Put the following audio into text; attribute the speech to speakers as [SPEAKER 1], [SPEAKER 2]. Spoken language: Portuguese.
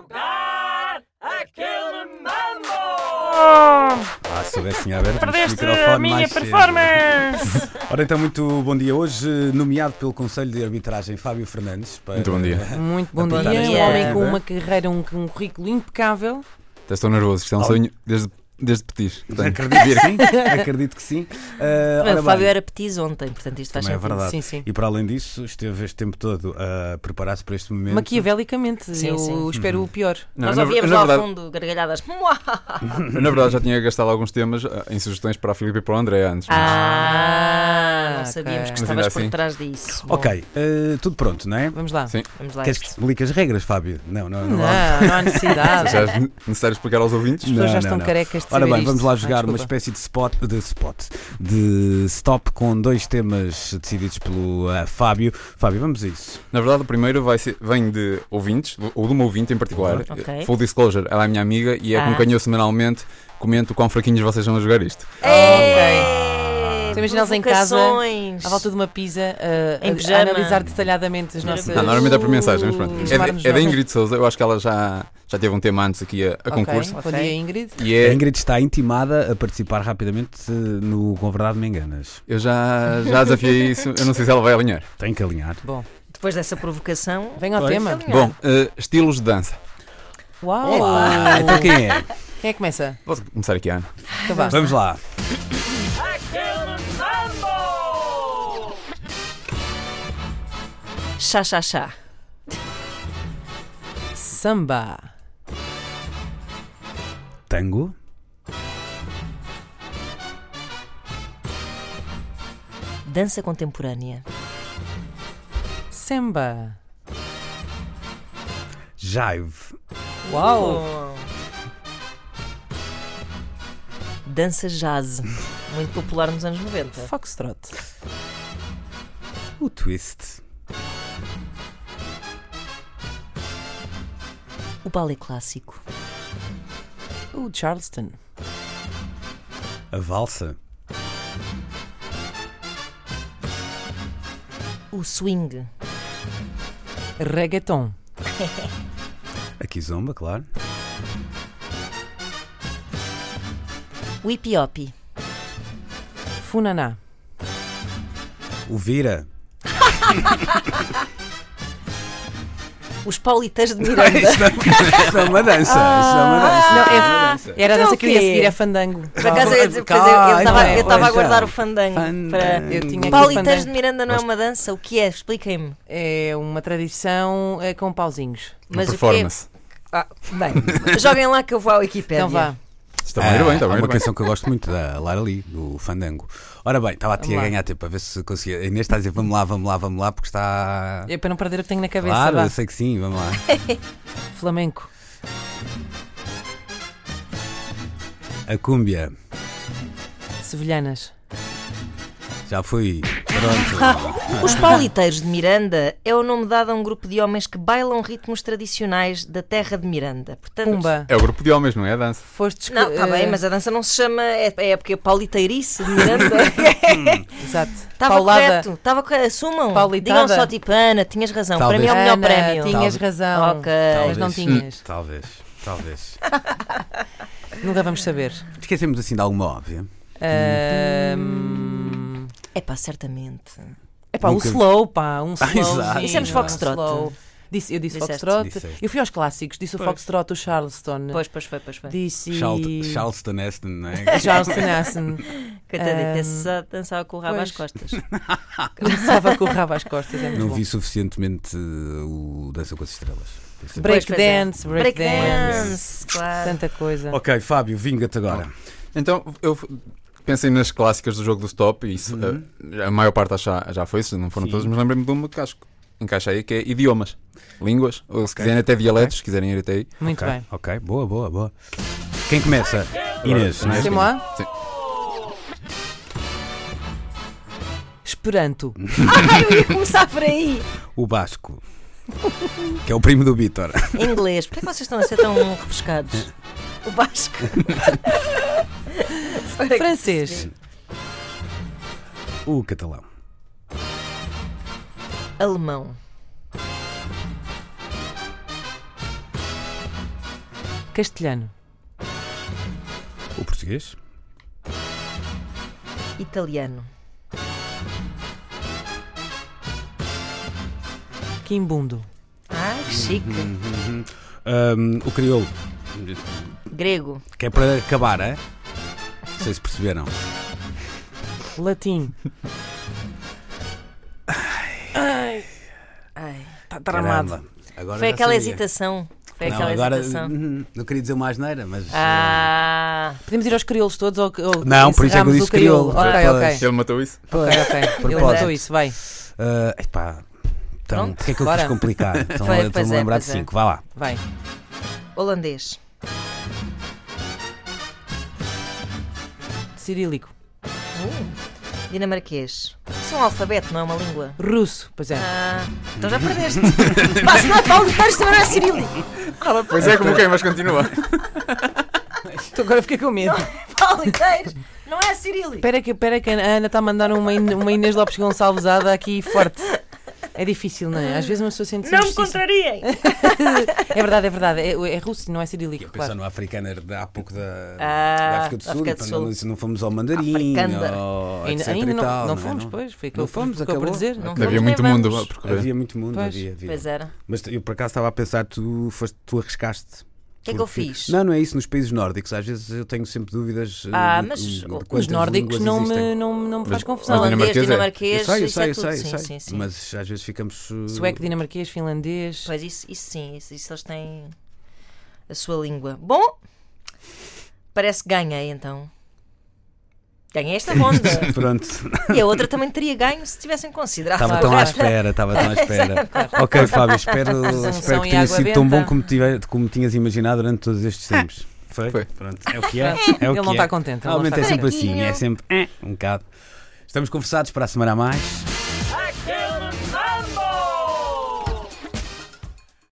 [SPEAKER 1] jogar aquele mambo!
[SPEAKER 2] Ah, se soubesse tinha aberto
[SPEAKER 1] Perdeste
[SPEAKER 2] este microfone
[SPEAKER 1] a minha
[SPEAKER 2] mais cedo.
[SPEAKER 1] performance!
[SPEAKER 2] Ora então, muito bom dia. Hoje, nomeado pelo Conselho de Arbitragem Fábio Fernandes. Para...
[SPEAKER 3] Muito bom dia.
[SPEAKER 4] Muito bom
[SPEAKER 2] Apontar
[SPEAKER 4] dia,
[SPEAKER 2] nesta
[SPEAKER 4] um homem
[SPEAKER 2] partida.
[SPEAKER 4] com uma carreira, um, um currículo impecável.
[SPEAKER 3] Até estou nervoso, isto é um
[SPEAKER 2] Olha.
[SPEAKER 3] sonho desde, desde petis. Portanto,
[SPEAKER 2] Acredito que sim. Acredito que sim. Ah,
[SPEAKER 5] Bem,
[SPEAKER 2] ora
[SPEAKER 5] o Fábio
[SPEAKER 2] bem,
[SPEAKER 5] era petis ontem, portanto isto faz
[SPEAKER 2] também é
[SPEAKER 5] sentido.
[SPEAKER 2] verdade.
[SPEAKER 4] Sim, sim.
[SPEAKER 2] E para além disso, esteve este tempo todo a preparar-se para este momento.
[SPEAKER 4] Maquiavelicamente,
[SPEAKER 5] Sim,
[SPEAKER 4] eu
[SPEAKER 5] sim.
[SPEAKER 4] espero
[SPEAKER 3] Uhum.
[SPEAKER 4] o pior.
[SPEAKER 3] não,
[SPEAKER 5] Nós
[SPEAKER 3] na-
[SPEAKER 5] ouvíamos
[SPEAKER 3] na
[SPEAKER 5] lá ao
[SPEAKER 3] verdade,
[SPEAKER 5] fundo gargalhadas.
[SPEAKER 3] na verdade, já tinha gastado alguns temas ah, em sugestões para a Filipe e para o André antes. é? mas-
[SPEAKER 5] Ah, não
[SPEAKER 4] ok.
[SPEAKER 5] sabíamos que
[SPEAKER 3] Mas
[SPEAKER 5] estavas
[SPEAKER 3] ainda
[SPEAKER 5] por
[SPEAKER 3] assim.
[SPEAKER 5] trás disso. Bom,
[SPEAKER 2] Ok, ah, tudo pronto, não é?
[SPEAKER 4] Vamos lá.
[SPEAKER 3] Sim.
[SPEAKER 5] Vamos lá.
[SPEAKER 2] Queres que te explique as regras, Fábio? Não, não,
[SPEAKER 4] Não,
[SPEAKER 2] não. há-
[SPEAKER 4] não há necessidade.
[SPEAKER 3] Já é necessário explicar aos ouvintes.
[SPEAKER 4] As pessoas
[SPEAKER 2] Não,
[SPEAKER 4] já
[SPEAKER 2] não,
[SPEAKER 4] estão
[SPEAKER 2] não.
[SPEAKER 4] carecas de
[SPEAKER 2] Ora
[SPEAKER 4] saber
[SPEAKER 2] bem, vamos
[SPEAKER 4] isto.
[SPEAKER 2] lá
[SPEAKER 4] Ah,
[SPEAKER 2] jogar uma
[SPEAKER 4] desculpa.
[SPEAKER 2] espécie de spot, de spot, de stop com dois temas decididos pelo ah, Fábio. Fábio, vamos a isso.
[SPEAKER 3] Na verdade, o primeiro vai ser- vem de ouvintes, ou de uma ouvinte em particular.
[SPEAKER 5] Uhum. Ok.
[SPEAKER 3] Full disclosure, ela é minha amiga e é
[SPEAKER 5] Ah.
[SPEAKER 3] com quem eu semanalmente comento quão fraquinhos vocês vão a jogar isto.
[SPEAKER 5] Ei,
[SPEAKER 4] Tu imaginas em casa,
[SPEAKER 5] provocações.
[SPEAKER 4] À volta de uma pisa, a-
[SPEAKER 5] Em
[SPEAKER 4] a- a,
[SPEAKER 5] pijama.
[SPEAKER 4] analisar detalhadamente as nossas.
[SPEAKER 3] Não, normalmente é por mensagem, mas pronto.
[SPEAKER 4] Uh,
[SPEAKER 3] É,
[SPEAKER 4] chamarmos
[SPEAKER 3] de- é da
[SPEAKER 4] nós.
[SPEAKER 3] Ingrid Souza, eu acho que ela já, já teve um tema antes aqui a, a
[SPEAKER 4] Ok,
[SPEAKER 3] concurso.
[SPEAKER 4] Bom
[SPEAKER 5] Ok.
[SPEAKER 4] dia, Ingrid.
[SPEAKER 3] E
[SPEAKER 2] A
[SPEAKER 3] é.
[SPEAKER 2] Ingrid está intimada a participar rapidamente eh, no Com Verdade Me Enganas.
[SPEAKER 3] Eu já, já desafiei isso, eu não sei se ela vai alinhar.
[SPEAKER 2] Tem que alinhar.
[SPEAKER 4] Bom,
[SPEAKER 5] Depois dessa provocação.
[SPEAKER 4] vem ao
[SPEAKER 2] Pois.
[SPEAKER 4] tema.
[SPEAKER 3] Bom, eh, estilos de dança.
[SPEAKER 4] Uau!
[SPEAKER 2] Olá! Então quem é?
[SPEAKER 4] Quem é que começa?
[SPEAKER 3] Posso começar aqui, Ana?
[SPEAKER 4] Então vá.
[SPEAKER 2] Vamos lá.
[SPEAKER 1] Aquele mambo!
[SPEAKER 5] Chá, chá, chá.
[SPEAKER 4] Samba.
[SPEAKER 2] Tango,
[SPEAKER 5] Dança contemporânea.
[SPEAKER 4] Samba.
[SPEAKER 2] jive,
[SPEAKER 4] Uau!
[SPEAKER 5] Dança jazz. Muito popular nos anos 90.
[SPEAKER 4] Foxtrot.
[SPEAKER 2] o twist,
[SPEAKER 5] O ballet clássico.
[SPEAKER 4] O Charleston.
[SPEAKER 2] a valsa,
[SPEAKER 5] O swing.
[SPEAKER 4] Reggaeton.
[SPEAKER 2] a kizomba, claro,
[SPEAKER 5] O hip-hop.
[SPEAKER 4] Funaná.
[SPEAKER 2] o vira,
[SPEAKER 5] Os paulitas de
[SPEAKER 4] é
[SPEAKER 5] Miranda.
[SPEAKER 2] Isto é uma dança, isto é uma dança.
[SPEAKER 4] Não, é- era a dança
[SPEAKER 5] Então
[SPEAKER 4] que eu ia
[SPEAKER 5] o quê?
[SPEAKER 4] seguir a fandango.
[SPEAKER 5] Por acaso é- eu ia dizer, pois eu- eu
[SPEAKER 2] Calma,
[SPEAKER 5] estava- eu estava a
[SPEAKER 2] pois
[SPEAKER 5] guardar
[SPEAKER 2] não.
[SPEAKER 5] o fandango.
[SPEAKER 2] Fandango.
[SPEAKER 5] Para...
[SPEAKER 4] Eu tinha aqui
[SPEAKER 5] Paulitas de
[SPEAKER 4] fandango.
[SPEAKER 5] Miranda não é uma dança? O que é? Expliquem-me.
[SPEAKER 4] É uma tradição é, com pauzinhos.
[SPEAKER 3] Uma
[SPEAKER 5] Mas o que
[SPEAKER 3] performance.
[SPEAKER 5] Ah, bem, joguem lá que eu vou à Wikipédia.
[SPEAKER 4] Então vá.
[SPEAKER 3] Está Tá bem, bem, está
[SPEAKER 2] Ah, há
[SPEAKER 3] bem.
[SPEAKER 2] uma
[SPEAKER 3] bem.
[SPEAKER 2] canção que eu gosto muito da Lara Lee, do Fandango. Ora bem, estava a ti a
[SPEAKER 4] Vamos lá.
[SPEAKER 2] ganhar tempo para ver se conseguia. A Inês está a dizer vamos lá, vamos lá, vamos lá, porque está.
[SPEAKER 4] É para não perder o que tenho na cabeça.
[SPEAKER 2] Claro,
[SPEAKER 4] vá.
[SPEAKER 2] eu sei que sim, vamos lá.
[SPEAKER 4] Flamenco.
[SPEAKER 2] A Cúmbia,
[SPEAKER 4] Sevilhanas.
[SPEAKER 2] já fui. Pronto.
[SPEAKER 5] Os Pauliteiros de Miranda é o nome dado a um grupo de homens que bailam ritmos tradicionais da terra de Miranda. Portanto,
[SPEAKER 4] Pumba.
[SPEAKER 3] É o grupo de homens, não é? A dança.
[SPEAKER 4] Fostes eh, que-
[SPEAKER 5] Não, está tá bem, mas a dança não se chama. É, é porque é pauliteirice de Miranda.
[SPEAKER 4] Exato.
[SPEAKER 5] Estava
[SPEAKER 4] É, Paulada.
[SPEAKER 5] correto, estava correto. Assumam.
[SPEAKER 4] Paulitada.
[SPEAKER 5] Digam só tipo, Ana, tinhas razão.
[SPEAKER 2] Talvez.
[SPEAKER 5] Para mim é o melhor
[SPEAKER 4] Ana,
[SPEAKER 5] prémio.
[SPEAKER 2] Talvez.
[SPEAKER 4] Tinhas razão.
[SPEAKER 5] Ok.
[SPEAKER 4] Mas não
[SPEAKER 2] Talvez.
[SPEAKER 4] tinhas.
[SPEAKER 2] talvez, talvez.
[SPEAKER 4] Nunca vamos saber.
[SPEAKER 2] Esquecemos assim de alguma óbvia.
[SPEAKER 4] Ahm,
[SPEAKER 5] É pá, certamente.
[SPEAKER 4] É pá, o
[SPEAKER 2] Nunca vi.
[SPEAKER 4] slow, pá, um slow.
[SPEAKER 2] exato.
[SPEAKER 5] Dissemos Foxtrot.
[SPEAKER 4] Disse, eu disse
[SPEAKER 5] Disseste.
[SPEAKER 4] Foxtrot.
[SPEAKER 2] Disseste.
[SPEAKER 4] Eu fui aos clássicos. Disse o Foxtrot, o Charleston.
[SPEAKER 5] Pois, pois foi, pois foi.
[SPEAKER 4] Disse.
[SPEAKER 2] Charl- Charleston Heston, não é?
[SPEAKER 4] Charleston Aston.
[SPEAKER 5] Coitadinho,
[SPEAKER 4] Ahm,
[SPEAKER 5] esse é só dançava com o rabo
[SPEAKER 4] pois.
[SPEAKER 5] às costas.
[SPEAKER 4] Começava com o rabo às costas. É muito
[SPEAKER 2] Não
[SPEAKER 4] bom.
[SPEAKER 2] vi suficientemente eh, o Dança com as Estrelas. Isso é
[SPEAKER 4] Break
[SPEAKER 5] Pois, pois é.
[SPEAKER 4] dance, break dance.
[SPEAKER 5] Breakdance, claro.
[SPEAKER 4] Tanta coisa.
[SPEAKER 2] bom. Ok, Fábio, vinga-te agora.
[SPEAKER 3] Então, eu f- pensei nas clássicas do jogo do stop e isso, eh, a maior parte já, já foi, se não foram
[SPEAKER 2] Sim.
[SPEAKER 3] todas, mas lembrei-me de uma que acho que encaixa aí, que é idiomas, línguas, ou se quiserem até dialetos, se quiserem ir até aí.
[SPEAKER 4] Muito
[SPEAKER 2] Ok,
[SPEAKER 4] bem.
[SPEAKER 2] Ok, boa, boa, boa. Quem começa? Inês, não é?
[SPEAKER 4] Temos lá?
[SPEAKER 3] Sim.
[SPEAKER 4] Esperanto.
[SPEAKER 5] Ai, eu ia começar por aí.
[SPEAKER 2] O Basco, que é o primo do Vítor.
[SPEAKER 5] Em inglês. Porquê que vocês estão a ser tão rebuscados? O Vasco. Só é que
[SPEAKER 4] Francês.
[SPEAKER 5] percebi.
[SPEAKER 2] O catalão.
[SPEAKER 5] Alemão.
[SPEAKER 4] Castelhano.
[SPEAKER 2] O português?
[SPEAKER 5] Italiano.
[SPEAKER 4] Quimbundo.
[SPEAKER 5] Ah, que chique.
[SPEAKER 4] Uhum.
[SPEAKER 2] Ahm, o crioulo.
[SPEAKER 5] Grego.
[SPEAKER 2] Que é para acabar, é? Vocês perceberam?
[SPEAKER 4] Latim. Ai.
[SPEAKER 5] Ai.
[SPEAKER 4] Tá tramado.
[SPEAKER 2] Caramba. Agora
[SPEAKER 5] Foi
[SPEAKER 2] já
[SPEAKER 5] aquela
[SPEAKER 2] sabia.
[SPEAKER 5] hesitação. Foi
[SPEAKER 2] Não,
[SPEAKER 5] aquela
[SPEAKER 2] agora,
[SPEAKER 5] hesitação.
[SPEAKER 2] uhum, não queria dizer uma asneira, mas.
[SPEAKER 5] Ah,
[SPEAKER 4] Podemos ir aos crioulos todos ou, ou
[SPEAKER 2] Não, por isso é que eu
[SPEAKER 4] encerramos
[SPEAKER 2] disse
[SPEAKER 4] o crioulo?
[SPEAKER 2] crioulo.
[SPEAKER 4] Ok, ok.
[SPEAKER 3] Ele matou isso?
[SPEAKER 4] Ok, ok. Ele
[SPEAKER 2] Propósito.
[SPEAKER 4] botou isso, vai.
[SPEAKER 2] ah, epá, então,
[SPEAKER 5] Pronto,
[SPEAKER 2] porque é que eu
[SPEAKER 4] bora.
[SPEAKER 2] quis complicar? Então,
[SPEAKER 5] Foi,
[SPEAKER 2] estou-me
[SPEAKER 5] pois
[SPEAKER 2] a
[SPEAKER 5] é,
[SPEAKER 2] lembrar de
[SPEAKER 5] pois é.
[SPEAKER 2] 5, vá lá.
[SPEAKER 4] Vai.
[SPEAKER 5] holandês.
[SPEAKER 4] Cirílico.
[SPEAKER 5] Dinamarquês. Isso é um alfabeto, não é uma língua.
[SPEAKER 4] Russo. Pois é.
[SPEAKER 5] Ah, então já perdeste. Mas não é Paulo Guterres, também não é cirílico.
[SPEAKER 3] Pois é, como quem, mas continua.
[SPEAKER 4] Então agora fiquei com medo.
[SPEAKER 5] Paulo Guterres não é cirílico.
[SPEAKER 4] Espera que, espera que a Ana está a mandar uma, In- uma Inês Lopes Gonçalvesada aqui forte. É difícil, não é? Às vezes uma pessoa sente-se
[SPEAKER 5] Não me
[SPEAKER 4] injustiça.
[SPEAKER 5] contrariem.
[SPEAKER 4] É verdade, é verdade. É, é russo, não é cirílico,
[SPEAKER 2] Pensando
[SPEAKER 4] claro.
[SPEAKER 2] no africano há pouco da,
[SPEAKER 5] Ah,
[SPEAKER 2] da África do
[SPEAKER 5] da
[SPEAKER 2] Sul,
[SPEAKER 5] África do
[SPEAKER 2] então
[SPEAKER 5] Sul.
[SPEAKER 2] Não, se não fomos ao mandarim,
[SPEAKER 5] Africanda.
[SPEAKER 2] ao
[SPEAKER 4] Ainda,
[SPEAKER 2] etc
[SPEAKER 4] ainda
[SPEAKER 2] e
[SPEAKER 4] não,
[SPEAKER 2] tal,
[SPEAKER 4] não
[SPEAKER 2] é?
[SPEAKER 4] fomos,
[SPEAKER 2] Não-
[SPEAKER 4] pois. Foi o que
[SPEAKER 2] Não
[SPEAKER 4] eu-
[SPEAKER 2] fomos,
[SPEAKER 4] ficou
[SPEAKER 2] acabou.
[SPEAKER 4] por dizer.
[SPEAKER 5] Não
[SPEAKER 4] Não.
[SPEAKER 5] fomos.
[SPEAKER 3] Havia
[SPEAKER 5] nem
[SPEAKER 3] muito mundo
[SPEAKER 5] vamos.
[SPEAKER 3] a percorrer.
[SPEAKER 2] Havia muito mundo,
[SPEAKER 4] Pois.
[SPEAKER 2] havia, havia.
[SPEAKER 5] Pois é. era.
[SPEAKER 2] Mas eu por acaso estava a pensar, tu, foste, tu arriscaste.
[SPEAKER 5] O que é que eu fiz?
[SPEAKER 2] Não, não é isso. Nos países nórdicos, às vezes eu tenho sempre dúvidas. eh,
[SPEAKER 5] Ah,
[SPEAKER 2] de-
[SPEAKER 5] mas
[SPEAKER 2] de
[SPEAKER 5] os
[SPEAKER 2] quantas
[SPEAKER 4] Os nórdicos
[SPEAKER 2] línguas
[SPEAKER 4] não me,
[SPEAKER 2] existem.
[SPEAKER 4] não, me- não me faz
[SPEAKER 3] Mas-
[SPEAKER 4] confusão.
[SPEAKER 3] Mas
[SPEAKER 5] Holandês,
[SPEAKER 3] dinamarquês é.
[SPEAKER 5] dinamarquês,
[SPEAKER 2] Eu sei, eu
[SPEAKER 5] isso
[SPEAKER 2] sei,
[SPEAKER 5] é
[SPEAKER 2] eu
[SPEAKER 5] tudo.
[SPEAKER 2] sei, eu
[SPEAKER 5] sim,
[SPEAKER 2] sei.
[SPEAKER 5] sim, sim.
[SPEAKER 2] Mas às vezes ficamos. eh,
[SPEAKER 4] Sueco, dinamarquês, finlandês.
[SPEAKER 5] Pois isso, isso sim, isso, isso eles têm a sua língua. Bom, parece que ganhei então. Ganhei esta ronda.
[SPEAKER 2] Pronto,
[SPEAKER 5] e a outra também teria ganho se tivessem considerado.
[SPEAKER 2] estava
[SPEAKER 5] a
[SPEAKER 2] tão à
[SPEAKER 5] resta.
[SPEAKER 2] espera, estava tão à espera. ok, Fábio, espero,
[SPEAKER 4] Presunção
[SPEAKER 2] espero que
[SPEAKER 4] e
[SPEAKER 2] tenha
[SPEAKER 4] um água
[SPEAKER 2] sido tão
[SPEAKER 4] benta.
[SPEAKER 2] bom como, tive, como tinhas imaginado durante todos estes tempos. Foi?
[SPEAKER 3] Foi.
[SPEAKER 2] Pronto, é o que é.
[SPEAKER 4] Pronto,
[SPEAKER 2] é o
[SPEAKER 4] ele
[SPEAKER 2] que
[SPEAKER 4] não
[SPEAKER 2] é.
[SPEAKER 4] está contente. Ele não
[SPEAKER 2] Realmente
[SPEAKER 4] está
[SPEAKER 2] é sempre
[SPEAKER 5] contente.
[SPEAKER 2] assim, é sempre eh, um bocado. Estamos conversados para a semana a mais.
[SPEAKER 1] I killed a